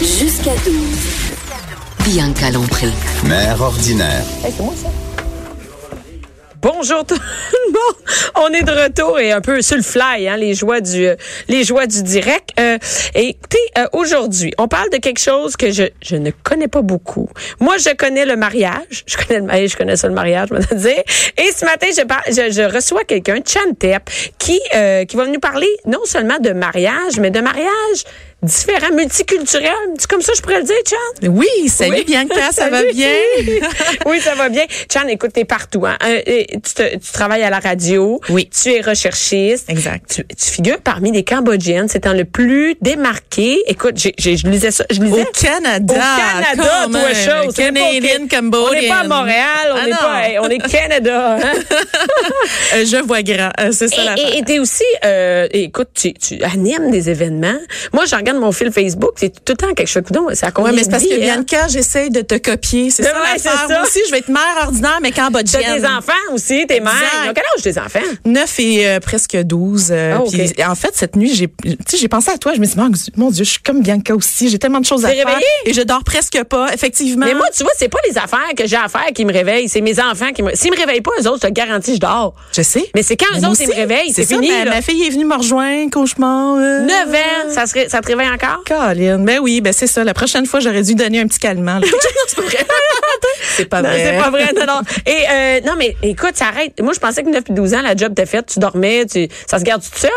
Jusqu'à 12. Bien calompré. Mère ordinaire. Hey, c'est moi ça? Bonjour tout le monde. On est de retour et un peu sur le fly, hein, les joies du euh, les joies du direct. Euh, et écoutez, euh, aujourd'hui, on parle de quelque chose que je, je ne connais pas beaucoup. Moi, je connais le mariage. Je connais le mariage, je connais ça le mariage, je vais te dire. Et ce matin, je, par- je, je reçois quelqu'un, Chantep, qui euh, qui va nous parler non seulement de mariage, mais de mariage différent, multiculturel. C'est comme ça, je pourrais le dire, Chan. Oui, salut Bianca, ça va Salut. bien? oui, ça va bien. Chan, écoute, t'es partout. Hein? Euh, et tu, te- tu travailles à la radio. Oui. Tu es recherchiste. Exact. Tu, tu figures parmi les Cambodgiennes, c'est en le plus démarqué. Écoute, j'ai, j'ai- je lisais ça. Je lisais. Au Canada, Au Canada, quand toi, même. chose. On est pas au Canadian, Québec. On n'est Cambodian. pas à Montréal, on Ah n'est non. pas, hey, on est Canada. hein. Euh, je vois grand, Euh, c'est ça la Et- Et et t'es aussi, euh, écoute, tu, tu animes des événements. Moi, je regarde mon fil Facebook, c'est tout le temps quelque chose. Coudon, ça Oui, combien mais c'est de parce que vies, hein? Bianca, j'essaye de te copier. C'est Ouais, ça c'est l'affaire. ça. Moi aussi, je vais être mère ordinaire, mais cambodgienne. T'as des enfants aussi, t'es mères. Exact. Ils ont Quel âge tes enfants? 9 et euh, presque 12. euh, Ah, ok. puis, en fait, cette nuit, j'ai tu sais, j'ai pensé à toi. Je me suis dit, mon Dieu- mon Dieu, je suis comme Bianca aussi. J'ai tellement de choses à T'es faire. réveillée? Et je dors presque pas, effectivement. Mais moi, tu vois, c'est pas les affaires que j'ai à faire qui me réveillent, c'est mes enfants qui me. S'ils me réveillent pas, eux autres, je te garantis, je dors. je sais. Mais c'est quand eux moi autres, ils me aussi. réveillent, c'est ça, fini, Ma, là. ma fille est venue me rejoindre, cauchemar. euh. 9 ans, ça, se ré- ça te réveille encore? Colin, ben oui, ben c'est ça. La prochaine fois, j'aurais dû donner un petit calmant. là. c'est pas vrai. c'est pas Non, vrai. c'est pas vrai, non, non. Et, euh, non, mais écoute, ça arrête. Moi, je pensais que 9 et 12 ans, la job t'es faite, tu dormais, tu, ça se garde toute seule.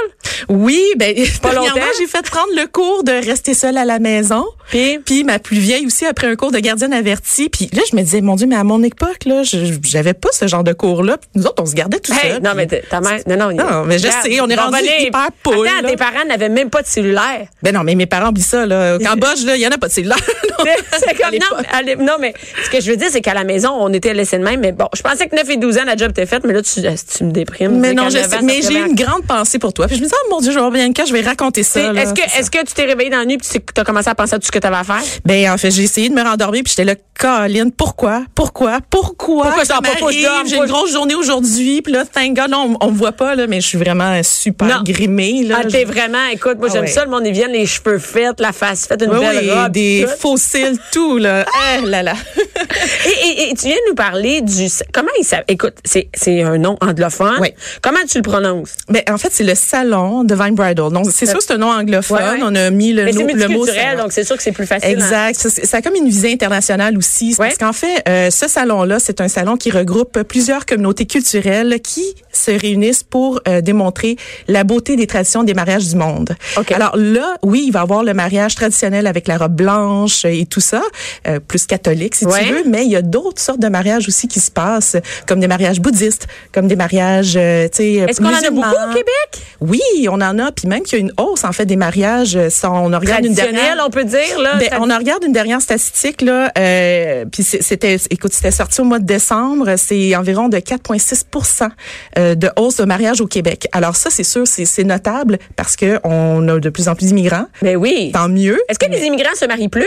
Oui, ben Pas longtemps. dernièrement, j'ai fait prendre le cours de rester seule à la maison. Puis? puis ma plus vieille aussi après un cours de gardienne avertie. Puis là, je me disais, mon Dieu, mais à mon époque là, je- j'avais pas ce genre de cours là. Nous autres, on se gardait tout Hey, seul. non, Puis- mais t- ta mère, non, non. Non, mais je regarde, sais, on est ils vont rendu voler. hyper poule, Attends, là. tes parents n'avaient même pas de cellulaire. ben non, mais mes parents oublient ça là. Au Cambodge là, il y en a pas de cellulaire. non. C'est c'est À comme, non, l'époque. mais allez- non, mais ce que je veux dire, c'est qu'à la maison, on était laissés de même. Mais bon, je pensais que 9 et 12 ans, la job était faite, mais là, tu, tu me déprimes. Mais Tu non, qu'à je 9 ans, sais, ça mais te j'ai eu réveille une grande pensée pour toi. Puis je me disais, oh mon Dieu, je vais voir Bianca, je vais raconter C'est- ça. là. Est-ce que, est-ce que tu t'es réveillé dans la nuit puis tu as commencé à penser à tout ce que tu avais à faire? Ben en fait, j'ai essayé de me rendormir puis j'étais là Colin, pourquoi Pourquoi Pourquoi Pourquoi je ça dors pas? Pourquoi je m'arrive? dors? J'ai Pourquoi une je- grosse journée aujourd'hui puis là thank God, là, on, on me voit pas là mais je suis vraiment euh, super Non. grimée là. Ah, t'es vraiment, écoute, moi, Ah j'aime ouais. ça, le monde, ils viennent, les cheveux faits, la face faite, une Oui, belle oui, robe. des tout. faux cils, tout là. Ah là là. Et, et- et tu viens de nous parler du, comment il s'appelle? Écoute, c'est, c'est un nom anglophone. Oui. Comment tu le prononces? Ben, en fait, c'est le salon Divine Bridal. Donc, c'est sûr que c'est un nom anglophone. Ouais, ouais. On a mis le, hein? Mais c'est no- le mot multiculturel, salon. donc c'est sûr que c'est plus facile. hein? Exact. Ça, c'est- Ça a comme une visée internationale aussi. C'est Ouais. Parce qu'en fait, euh, ce salon-là, c'est un salon qui regroupe plusieurs communautés culturelles qui se réunissent pour euh, démontrer la beauté des traditions des mariages du monde. OK. Alors là, oui, il va y avoir le mariage traditionnel avec la robe blanche et tout ça, euh, plus catholique si Ouais. tu veux, mais il y a d'autres sortes de mariages aussi qui se passent, comme des mariages bouddhistes, comme des mariages, euh, tu sais, Est-ce qu'on en a musulmans. beaucoup au Québec? Oui, on en a, puis même qu'il y a une hausse en fait des mariages. euh, Ça, on en regarde une dernière. Traditionnel, on peut dire, là. Ben, Ah, ça- on en regarde une dernière statistique là, euh, puis c'est- c'était, écoute, c'était sorti au mois de décembre, c'est environ de 4,6 euh, de hausse de mariage au Québec. Alors ça, c'est sûr, c'est, c'est notable parce que on a de plus en plus d'immigrants. Ben oui. Tant mieux. Est-ce que les immigrants se marient plus?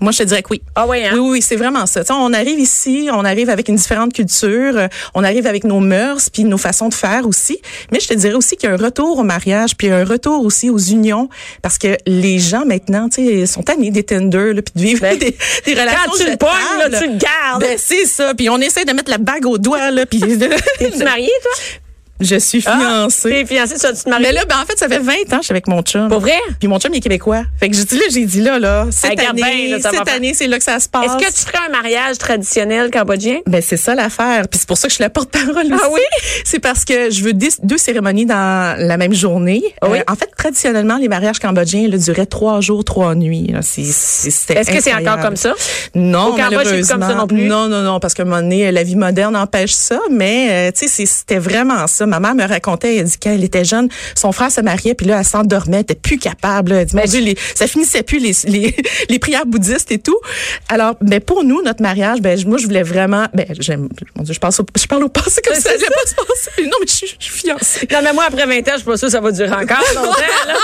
Moi, je te dirais que oui. Ah ouais, hein? Oui, oui, oui, c'est vraiment ça. Tu sais, on arrive ici, on arrive avec une différente culture, euh, on arrive avec nos mœurs, puis nos façons de faire aussi. Mais je te dirais aussi qu'il y a un retour au mariage, puis un retour aussi aux unions, parce que les gens maintenant, tu sais, sont tannés des Tinder, là, puis de vivre Ben, des, des relations. Quand tu le jetables. pognes, là, tu le gardes. Ben, c'est ça. Puis on essaie de mettre la bague au doigt, là, puis T'es-tu mariée, toi? je suis fiancée. Ah, T'es fiancée, tu vas-tu te mais marier? là, ben, en fait, ça fait 20 ans que je suis avec mon chum. Pour vrai? Puis mon chum, il est québécois. Fait que j'ai dit, là, j'ai dit, là, là, cette Regarde année, bien, là, ça va cette faire- année, c'est là que ça se passe. Est-ce que tu ferais un mariage traditionnel cambodgien? Ben c'est ça l'affaire. Puis c'est pour ça que je suis la porte-parole aussi. Ah oui? C'est parce que je veux dix- deux cérémonies dans la même journée. Ah Euh, oui? en fait, traditionnellement, les mariages cambodgiens là, duraient trois jours, trois nuits. là. C'est, c'est, c'était Est-ce que c'est incroyable. encore comme ça? Non, Au Cambodge, c'est plus comme ça malheureusement. non plus? Non, non, non, parce que un moment donné, la vie moderne empêche ça. Mais euh, tu sais, c'est- c'était vraiment ça. Ma mère me racontait, elle dit quand elle était jeune, son frère se mariait, puis là, elle s'endormait, elle était plus capable. là. Elle Ben, dit, mon Dieu, les- ça finissait plus les, les, les prières bouddhistes et tout. Alors, ben pour nous, notre mariage, ben je- moi, je voulais vraiment, ben j'aime, mon Dieu, je pense, au- je parle au passé comme Ben, ça, c'est j'aime pas se penser. Mais Non, mais je, suis- je suis fiancée. Non, mais moi, après 20 ans, je suis pas sûre que ça va durer encore longtemps, là.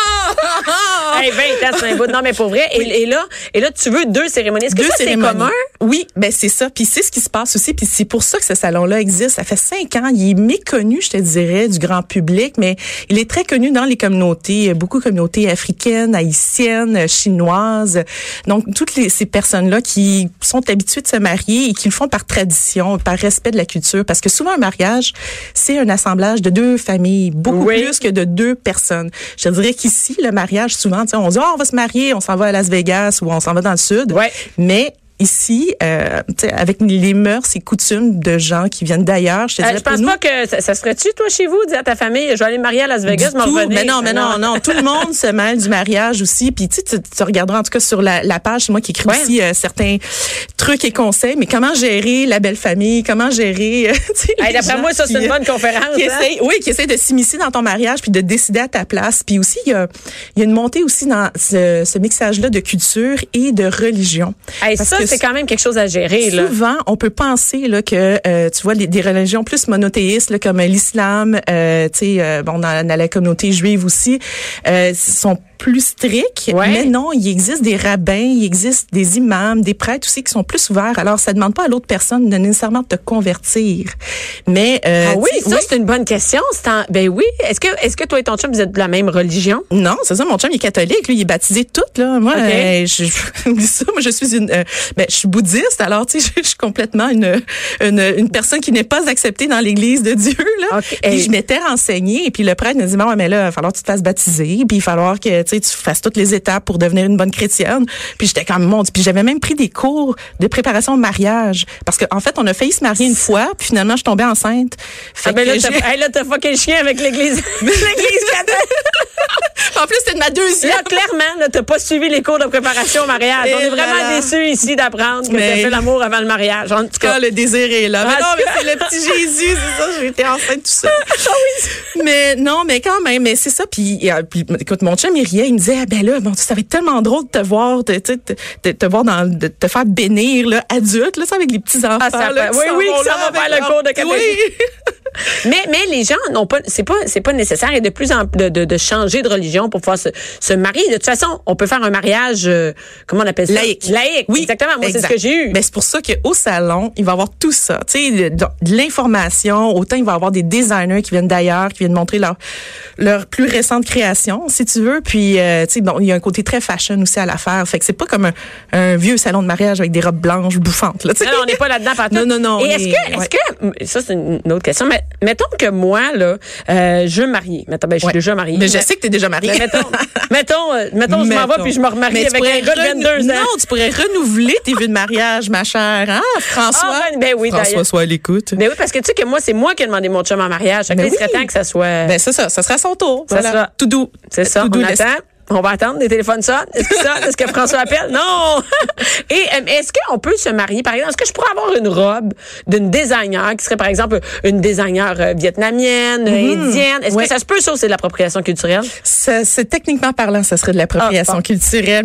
Hey, 20 ans, c'est un bout. Non, mais pour vrai. Et, et là, et là, tu veux deux cérémonies. Est-ce que ça, c'est commun? Oui, ben c'est ça. Puis c'est ce qui se passe aussi. Puis c'est pour ça que ce salon-là existe. Ça fait cinq ans. Il est méconnu, je te dirais, du grand public, mais il est très connu dans les communautés, euh, beaucoup de communautés africaines, haïtiennes, euh, chinoises. Donc, toutes les, ces personnes-là qui sont habituées de se marier et qui le font par tradition, par respect de la culture, parce que souvent un mariage, c'est un assemblage de deux familles, beaucoup Oui. plus que de deux personnes. Je te dirais qu'ici, le mariage, souvent, tu sais, on dit, Ah, on va se marier, on s'en va à Las Vegas ou on s'en va dans le sud. Ouais. Mais ici, euh, tu sais, avec les mœurs et coutumes de gens qui viennent d'ailleurs, je te Euh, dirais, je pense pour nous, pas que ça, ça serait-tu, toi, chez vous, dire à ta famille, je vais aller me marier à Las Vegas, du m'en tout. revenir. Mais non, mais non, non. Tout le monde se mêle du mariage aussi. Puis tu, sais, tu, tu regarderas en tout cas sur la, la page, c'est moi qui écris Ouais. aussi euh, certains trucs et conseils. Mais comment gérer la belle famille Comment gérer euh, tu sais, Hey, les D'après gens moi, ça, c'est qui, une euh, bonne conférence. qui hein? essaie- oui, qui essaie de s'immiscer dans ton mariage puis de décider à ta place. Puis aussi, il y a, il y a une montée aussi dans ce, ce mixage-là de culture et de religion. Hey, Parce ça, que c'est quand même quelque chose à gérer. Là. Souvent, on peut penser là, que, euh, tu vois, les- des religions plus monothéistes, là, comme l'islam, euh, tu sais, euh, bon, dans, dans la communauté juive aussi, euh, sont plus stricts. Ouais. Mais non, il existe des rabbins, il existe des imams, des prêtres aussi qui sont plus ouverts. Alors, ça demande pas à l'autre personne de nécessairement te convertir. Mais, euh, Ah oui, tu sais, ça, c'est une bonne question. c'est en- Ben oui. Est-ce que, est-ce que toi et ton chum, vous êtes de la même religion? Non, c'est ça, mon chum, il est catholique, lui, il est baptisé tout, là. Moi, Ok. euh, je, oublie ça, moi, je suis une, euh, ben, je suis bouddhiste, alors, tu sais, je, suis complètement une, une, une personne qui n'est pas acceptée dans l'église de Dieu, là. Ok. Puis Hey. je m'étais renseignée, et puis le prêtre me dit, bon, ouais, mais là, il va falloir que tu te fasses baptiser, puis il va falloir que, tu sais, tu fasses toutes les étapes pour devenir une bonne chrétienne. Puis j'étais comme, mon Dieu. puis j'avais même pris des cours de préparation au mariage. Parce qu'en en fait, on a failli se marier une fois, puis finalement, je suis tombée enceinte. Fait Ah, ben là, que t'as, j'ai- hey, là, t'as fucké le chien avec l'église, l'église catholique. en plus, c'était de ma deuxième. Là, clairement, là, t'as pas suivi les cours de préparation au mariage. Et On est vraiment voilà. déçus ici d'apprendre que Mais- t'as fait l'amour avant le mariage. En tout Quand cas, le désir est là. Mais Ah, non, mais c'est- Ah c'est le petit Jésus, c'est ça, j'ai été enceinte tout seul. Mais non, mais quand même, mais c'est ça. Puis, euh, puis, écoute, mon chum, il riait, il me disait, ah, ben là, bon, ça va être tellement drôle de te voir, de, tu sais, de- de te voir dans, de te faire bénir, là, adulte, là, ça, avec les petits enfants. Ah, ça là, va- qui oui, s'en oui, vont que ça là va avec faire le leur- cours de catéchisme. Oui. mais, mais les gens n'ont pas, c'est pas, c'est pas nécessaire et de plus en de, de, de changer de religion pour pouvoir se, se marier. De toute façon, on peut faire un mariage, euh, comment on appelle ça? Laïque. Laïque. Ben, Exactement. Moi, c'est ce exact. que j'ai eu. Mais c'est pour ça qu'au salon, il va y avoir tout ça. Tu sais, le- de de l'information, autant il va y avoir des designers qui viennent d'ailleurs, qui viennent montrer leur, leur plus récente création, si tu veux. Puis, euh, tu sais, bon, il y a un côté très fashion aussi à l'affaire. Fait que c'est pas comme un, un vieux salon de mariage avec des robes blanches bouffantes, là, tu sais. Non, non, on n'est pas là-dedans partout. Non, non, non, Et on est-ce est- que, est-ce ouais. que, ça, c'est une une autre question, mais mettons que moi, là, euh, je veux me marier. Mettons, ben, je suis Ouais. déjà mariée. Mais je sais que t'es déjà mariée. Mais mettons, mettons, euh, mettons, je m'en vais puis je me remarie Mais tu avec un pourrais gars de renou- 22 ans. Non, tu pourrais renouveler tes vues de mariage, ma chère, hein, François? Ah, ben, ben oui, d'ailleurs. François, soit à l'écoute. Mais Ben oui, parce que tu sais que moi, c'est moi qui ai demandé mon chum en mariage. Fait que Mais là, il serait oui. temps que ça soit. Ben, c'est ça, ça sera son tour. Euh, Ça Voilà. sera- tout doux. c'est ça, Tout on doux, laisse- attend. On va attendre, les téléphones sonnent. Est-ce que sonnent? Est-ce que François appelle? Non! Et euh, est-ce qu'on peut se marier, par exemple? Est-ce que je pourrais avoir une robe d'une designer qui serait, par exemple, une designer euh, vietnamienne, euh, indienne? Est-ce Mm-hmm. Ouais. que ça se peut, ça, ou c'est de l'appropriation culturelle? Ça, c'est techniquement parlant, ça serait de l'appropriation Ah, bon. culturelle.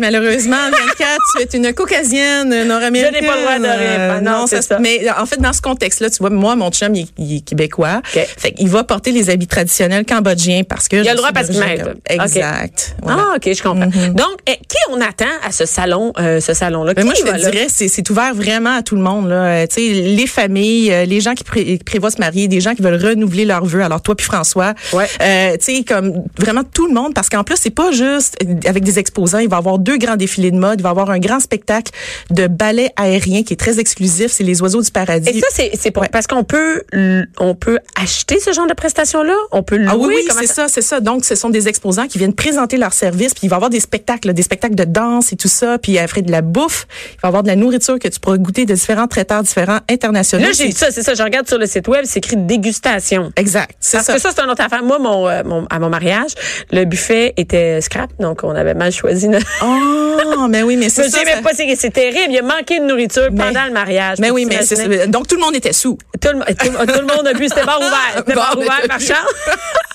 Malheureusement, 24, tu es une caucasienne nord-américaine. Je n'ai pas le droit de rien Euh, faire. Non, c'est ça. Mais en fait, dans ce contexte-là, tu vois, moi, mon chum, il, est- il est québécois. OK. Fait qu'il va porter les habits traditionnels cambodgiens parce que. a je le droit suis parce qu'il d'origine m'aide. cam- OK. Exact. Voilà. Ah, OK, je comprends. Donc, eh, qui on attend à ce salon, euh, ce salon-là? Mm-hmm. Mais Qui Ben, moi, va je te là? dirais, c'est, c'est ouvert vraiment à tout le monde. Là. Euh, tu sais, les familles, euh, les gens qui, pré- qui prévoient se marier, des gens qui veulent renouveler leurs vœux. Alors toi puis François, Ouais. euh, tu sais, comme vraiment tout le monde, parce qu'en plus c'est pas juste euh, avec des exposants. Il va y avoir deux grands défilés de mode. Il va y avoir un grand spectacle de ballet aérien qui est très exclusif. C'est les oiseaux du paradis. Et ça, c'est c'est pour- parce qu'on peut, l- on peut acheter ce genre de prestation-là? On peut louer? Ah oui, oui, comment c'est ça, c'est ça. Donc, ce sont des exposants qui viennent présenter leurs services, puis il va y avoir des spectacles, là, des spectacles de danse et tout ça, puis après de la bouffe, il va y avoir de la nourriture que tu pourras goûter de différents traiteurs différents internationaux. Là, j'ai ça, c'est ça. Je regarde sur le site web, c'est écrit dégustation. Exact, c'est Parce ça. que ça, c'est une autre affaire. Moi, mon, euh, mon- à mon mariage, le buffet était scrap, donc on avait mal choisi. notre- Oh, mais oui, mais Je c'est sais ça. même ça- pas, c'est c'est terrible. Il a manqué de nourriture pendant le mariage. Mais Faut oui, mais c'est t'imaginer. ça. Donc, tout le monde était sous. Tout le, mo- tout, le- tout le monde a bu, c'était bar ouvert. C'était Bon, bar ben, ouvert t'as par vu. chance.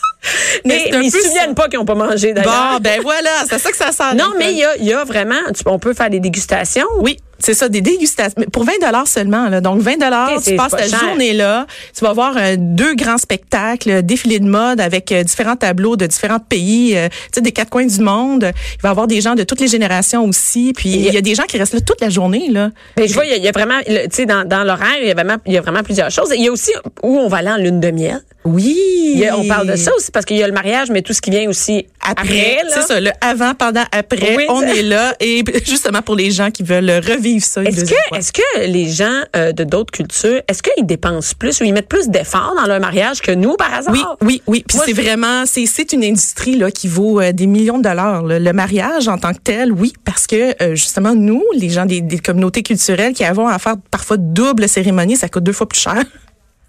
Mais Mais c'est un ils peu ben, se souviennent pas qu'ils ont pas mangé, d'ailleurs. Bon, ben voilà, c'est à ça que ça sert. non, mais il y a, il y a vraiment, tu- on peut faire des dégustations. Oui. C'est ça, des dégustations. Mais Pour 20 seulement. Là. Donc, 20 Ok, c'est tu passes pas ta cher. journée-là. Tu vas voir euh, deux grands spectacles, euh, défilé de mode avec euh, différents tableaux de différents pays, euh, tu sais, des quatre coins du monde. Il va y avoir des gens de toutes les générations aussi. Puis, il y a des gens qui restent là toute la journée. là. Mais je vois, il y a- il y, a vraiment, le- tu sais, dans, dans l'horaire, il y, a vraiment, il y a vraiment plusieurs choses. Il y a aussi où on va aller en lune de miel. Oui. Il y a- on parle de ça aussi parce qu'il y a le mariage, mais tout ce qui vient aussi après. Après, là. c'est ça, le avant, pendant, après, Oui, on ça- est là. Et justement, pour les gens qui veulent revivre ça. une Est-ce deuxième que, fois. est-ce que les gens euh, de d'autres cultures, est-ce qu'ils dépensent plus ou ils mettent plus d'efforts dans leur mariage que nous, par hasard? Oui, oui, oui. Ah! Puis Moi, c'est je- vraiment, c'est c'est une industrie là qui vaut euh, des millions de dollars. là. Le mariage en tant que tel, oui, parce que euh, justement nous, les gens des, des communautés culturelles qui avons à faire parfois double cérémonie, ça coûte deux fois plus cher.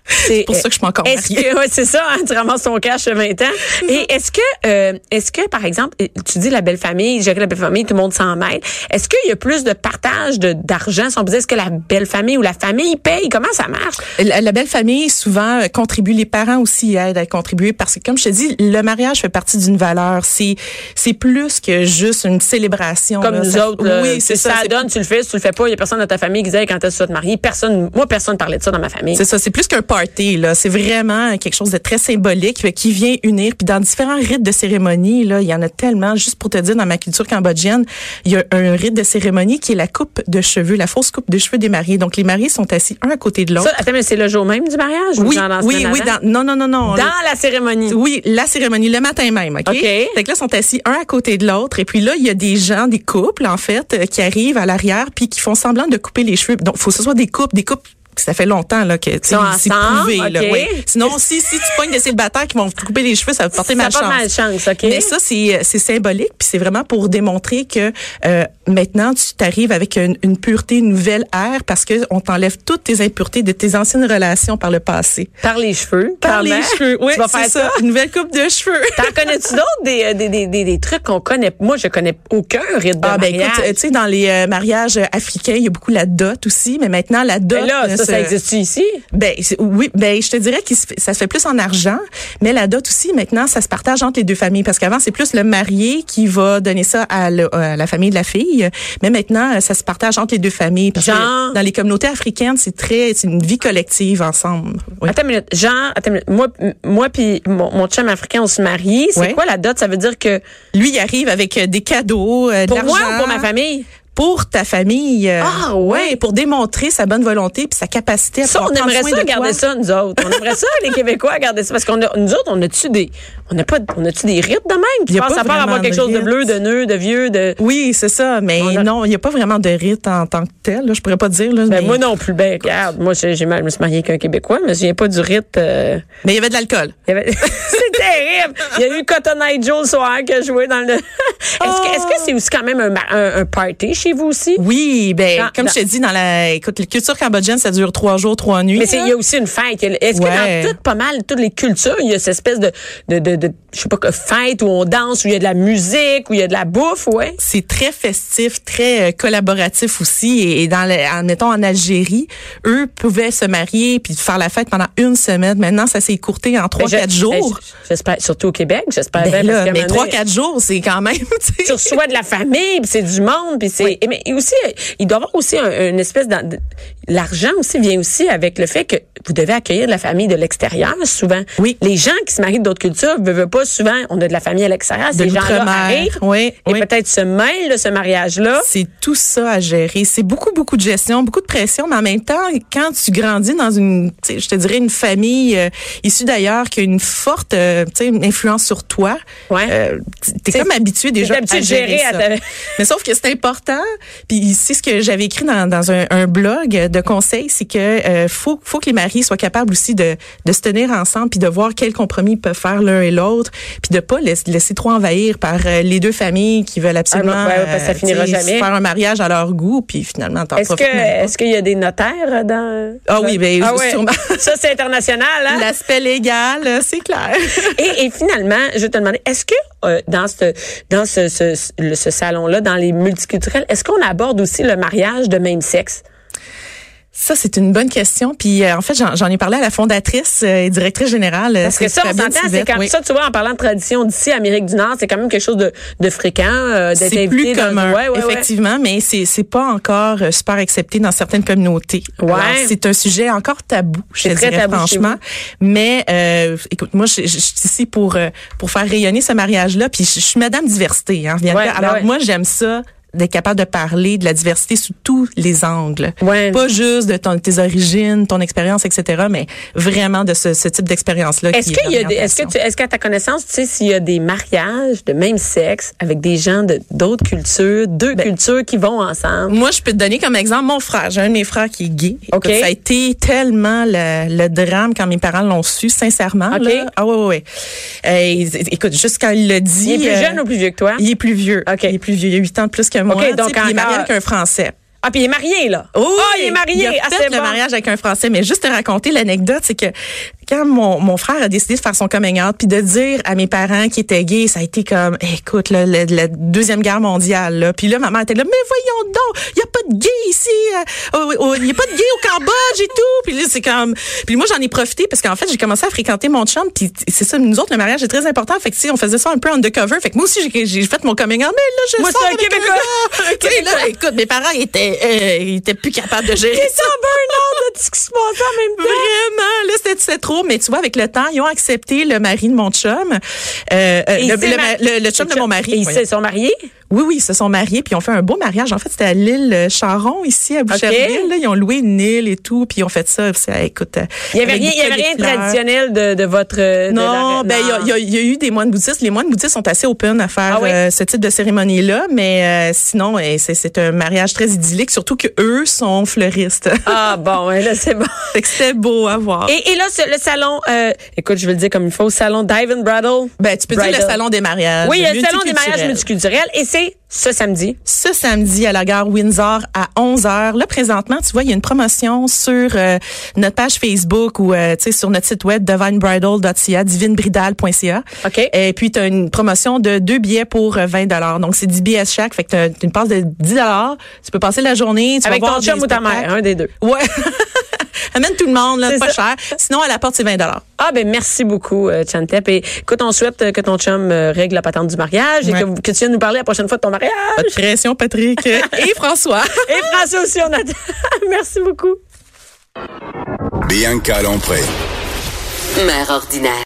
C'est euh, pour ça que je suis pas encore Est-ce mariée. que, ouais, c'est ça, hein, tu ramasses ton cash à 20 ans. Et est-ce que, euh, est-ce que, par exemple, et tu dis la belle famille, j'ai la belle famille, tout le monde s'en mêle. Est-ce qu'il y a plus de partage de, d'argent? Si on peut dire, est-ce que la belle famille ou la famille paye? Comment ça marche? La, la belle famille souvent euh, contribue, les parents aussi aident à contribuer parce que comme je te dis, le mariage fait partie d'une valeur. C'est c'est plus que juste une célébration. Comme là. nous Ça- autres, Ah, euh, là, oui, c'est ça. c'est- donne, tu le fais, si tu le fais pas. Il y a personne dans ta famille qui disait quand est-ce que tu vas te marier. Personne, moi, personne parlait de ça dans ma famille. C'est ça, c'est plus qu'un party là, c'est vraiment quelque chose de très symbolique euh, qui vient unir puis dans différents rites de cérémonie là, il y en a tellement juste pour te dire dans ma culture cambodgienne, il y a un rite de cérémonie qui est la coupe de cheveux, la fausse coupe de cheveux des mariés. Donc les mariés sont assis un à côté de Ça, l'autre. attends, mais c'est le jour même du mariage? ou Oui, genre dans la oui, semaine oui, avant? dans- non non non non. Dans la cérémonie. Oui, la cérémonie le matin même, OK? OK. Fait que là, ils sont assis un à côté de l'autre. Et puis là, il y a des gens, des couples, en fait, euh, qui arrivent à l'arrière puis qui font semblant de couper les cheveux. Donc, faut que ce soit des couples, des couples que ça fait longtemps là que tu sais, sont c'est ensemble, prouvé là, OK. ouais. Sinon si si tu pognes des célibataires qui vont te couper les cheveux, ça va te porter Ça malchance. porte malchance, OK. Mais ça c'est euh, c'est symbolique puis c'est vraiment pour démontrer que euh, maintenant tu t'arrives avec une, une pureté, une nouvelle ère parce que on t'enlève toutes tes impuretés de tes anciennes relations par le passé. Par les cheveux. Par quand les même. cheveux, oui, tu vas c'est faire ça, ça. une nouvelle coupe de cheveux. T'en connais-tu d'autres des, euh, des, des, des, des trucs qu'on connaît? Moi, je connais aucun rite de Ah ben mariage. écoute, euh, tu sais dans les euh, mariages euh, africains, il y a beaucoup la dot aussi, mais maintenant la dot Ben là, ne ça, se- ça existe ici? Ben c'est- oui, ben je te dirais que ça se fait plus en argent, mais la dot aussi maintenant ça se partage entre les deux familles parce qu'avant c'est plus le marié qui va donner ça à, le- euh, à la famille de la fille, mais maintenant euh, ça se partage entre les deux familles parce Genre? que dans les communautés africaines, c'est très c'est une vie collective ensemble. Oui. Attends une minute. Genre, attends une minute. Moi, m- moi puis mon, mon chum africain, on se marie. C'est Ouais. quoi la dot? Ça veut dire que Lui il arrive avec euh, des cadeaux, euh, de pour moi l'argent. ou pour ma famille? pour ta famille. euh, Ah, ouais. pour démontrer sa bonne volonté puis sa capacité à Ça, pouvoir on prendre aimerait soin ça de garder toi. ça, nous autres. On aimerait ça, les Québécois, garder ça. Parce qu'on a, nous autres, on a-tu des, on a pas, on a-tu des rites de même? Y Qui a passent pas à part vraiment avoir quelque de chose de rite. bleu, de nœud, de vieux, de, Oui, c'est ça, mais On a- non, il n'y a pas vraiment de rite en tant que tel. Là, je pourrais pas dire. Là, ben, mais moi non plus. Ben, regarde, moi, j'ai, j'ai mal, je me suis mariée avec un Québécois, mais je viens pas du rite, euh, mais il y avait de l'alcool. Il y avait- c'est terrible. Il y a eu Cotton Eye Joe le soir qui a joué dans le. est-ce, que, est-ce que c'est aussi quand même un, ma- un- un party chez vous aussi? Oui, ben Dans- comme je te dis, dans la, écoute, la culture cambodgienne, ça dure trois jours, trois nuits. Mais c'est- il y là. a aussi une fête. Il y a- Est-ce hein. Ouais. que dans toutes, pas mal, toutes les cultures, il y a cette espèce de, de, de, de- je sais pas, que fête où on danse, où il y a de la musique, où il y a de la bouffe, ouais? c'est très festif, très euh, collaboratif aussi. Et, et dans, le, en, mettons en Algérie, eux pouvaient se marier puis faire la fête pendant une semaine. Maintenant, ça s'est écourté en trois, Ben, je- quatre ben, jours. j- J'espère, surtout au Québec, j'espère Ben bien. là, parce qu'à un mais moment trois, donné, quatre jours, c'est quand même. tu sais. tu reçois de la famille, puis c'est du monde, puis c'est. et Mais aussi, euh, il doit y avoir aussi un- une espèce d'en- de- L'argent aussi vient aussi avec le fait que vous devez accueillir de la famille de l'extérieur souvent. Oui. Les gens qui se marient d'autres cultures ne veulent pas souvent. On a de la famille à l'extérieur. Ces gens-là l'outre-mer, arrivent oui, et oui. peut-être se mêlent de ce mariage-là. C'est tout ça à gérer. C'est beaucoup, beaucoup de gestion, beaucoup de pression, mais en même temps, quand tu grandis dans une, tu sais, je te dirais, une famille euh, issue d'ailleurs qui a une forte euh, tu sais, une influence sur toi, Ouais. tu t'es comme habitué déjà habitué à de gérer, gérer à ça. ta- mais sauf que c'est important. Puis c'est ce que j'avais écrit dans, dans un, un blog de conseils, c'est que euh, faut, faut que les maris soient capables aussi de, de se tenir ensemble puis de voir quels compromis ils peuvent faire l'un et l'autre, puis de pas laisser, laisser trop envahir par euh, les deux familles qui veulent absolument Ah, ouais, ouais, parce que ça euh, finira tu sais, jamais. faire un mariage à leur goût puis finalement t'en Est-ce que profites même est-ce qu'il y a des notaires dans Ah oui, ben, Ah ouais. sûrement. ça c'est international pas. hein? L'aspect légal, euh, c'est clair. Et, et finalement, je vais te demander, est-ce que euh, dans ce dans ce, ce, ce- le- ce salon-là, dans les multiculturels, est-ce qu'on aborde aussi le mariage de même sexe? Ça, c'est une bonne question. Puis, euh, en fait, j'en j'en ai parlé à la fondatrice euh, et directrice générale. euh, Parce que c'est ça, on Fabienne s'entend, c'est Sivette, comme oui. ça, tu vois, en parlant de tradition d'ici, Amérique du Nord, c'est quand même quelque chose de, de fréquent, euh, d'être C'est invité plus dans- commun, Ouais, ouais, ouais. effectivement, mais c'est c'est pas encore euh, super accepté dans certaines communautés. Ouais. Alors, C'est un sujet encore tabou, je C'est te très dirais tabou chez franchement. Mais euh, écoute, moi, je je- je suis ici pour euh, pour faire rayonner ce mariage-là, puis je je suis Madame Diversité. Hein, Bianca. Ouais, ben Alors ouais. moi, j'aime ça d'être capable de parler de la diversité sous tous les angles. Ouais. Pas juste de ton- tes origines, ton expérience, etc., mais vraiment de ce, ce type d'expérience-là. Est-ce qui est qu'il y a des, l'orientation. est-ce que tu, est-ce qu'à ta connaissance, tu sais s'il y a des mariages de même sexe avec des gens de d'autres cultures, deux Ben, cultures qui vont ensemble? Moi, je peux te donner comme exemple mon frère. J'ai un de mes frères qui est gay. OK. Écoute, ça a été tellement le, le drame quand mes parents l'ont su, sincèrement. OK. là. Ah ouais, ouais, ouais. Euh, il- écoute, juste quand il l'a dit... Il est plus euh, jeune ou plus vieux que toi? Il est plus vieux. OK. Il est plus vieux. Il a 8 ans de plus que moi. OK, tu sais, donc puis il est marié encore- avec un Français. Ah, puis il est marié, là. Oh, Ah, il est marié. Il a Ah, fait c'est le bon. mariage avec un Français, mais juste te raconter l'anecdote, c'est que quand mon, mon frère a décidé de faire son coming out, puis de dire à mes parents qu'il était gay, ça a été comme, eh, écoute, là, la, la deuxième guerre mondiale. Là. Puis là, maman était là, mais voyons donc, il y a pas de gay ici, euh, au- au- il y a pas de gay au Cambodge et tout. Puis là, c'est comme, puis moi j'en ai profité parce qu'en fait j'ai commencé à fréquenter mon chum, puis c'est ça, nous autres le mariage est très important. Fait que tu sais, on faisait ça un peu undercover. Fait que moi aussi j'ai- j'ai fait mon coming out, mais là je Moi, sors c'est un avec Québécois. gars. Tu sais, là, écoute, mes parents étaient, euh, ils étaient plus capables de gérer Il est ça. en burn-out de tout ce qui se passe en même temps. Vraiment, là, c'était- c'était trop. Mais tu vois, avec le temps, ils ont accepté le mari de mon chum. Euh, euh, Et le, il s'est le ma- mari- le- le chum de mon mari. Et ils voyons. se sont mariés? Oui, oui, ils se sont mariés, puis ils ont fait un beau mariage. En fait, c'était à l'île euh, Charon, ici, à Boucherville. là. ils ont loué une île et tout, puis ils ont fait ça. C'est, euh, écoute, euh, Il n'y avait avec rien, des il y avait rien de fleurs. traditionnel de, de votre. euh, de Non, la- ben il y a- il y, a- il y a eu des moines bouddhistes. Les moines bouddhistes sont assez open à faire Ah oui? euh, ce type de cérémonie là, mais euh, sinon euh, c'est, c'est un mariage très idyllique, surtout que eux sont fleuristes. Ah, bon, ouais, là, c'est bon. fait que c'était beau à voir. Et, et là, ce- le salon, euh, écoute, je vais le dire comme il faut, salon Dive and Bridal. ben tu peux dire Bridal. le salon des mariages. Oui, le salon des mariages multiculturel. multiculturels. Et c'est ce samedi. ce samedi à la gare Windsor à 11h. Là, présentement, tu vois, il y a une promotion sur euh, notre page Facebook ou euh, tu sais, sur notre site web divinebridal.ca, divinebridal.ca. OK. Et puis, tu as une promotion de deux billets pour euh, 20 Donc, c'est 10 billets chaque. Fait que tu as une passe de 10 Tu peux passer la journée. Tu Avec vas ton voir chum des ou ta spectacles. mère, un des deux. Ouais. Amène tout le monde, là, C'est pas cher. Sinon, à la porte, c'est 20 Ah ben merci beaucoup euh, Chantep et écoute on souhaite euh, que ton chum euh, règle la patente du mariage et Ouais. que, que tu viennes nous parler la prochaine fois de ton mariage. Pas de pression, Patrick. Et François. Et François aussi on attend. merci beaucoup. Bianca Lompré. Mère ordinaire.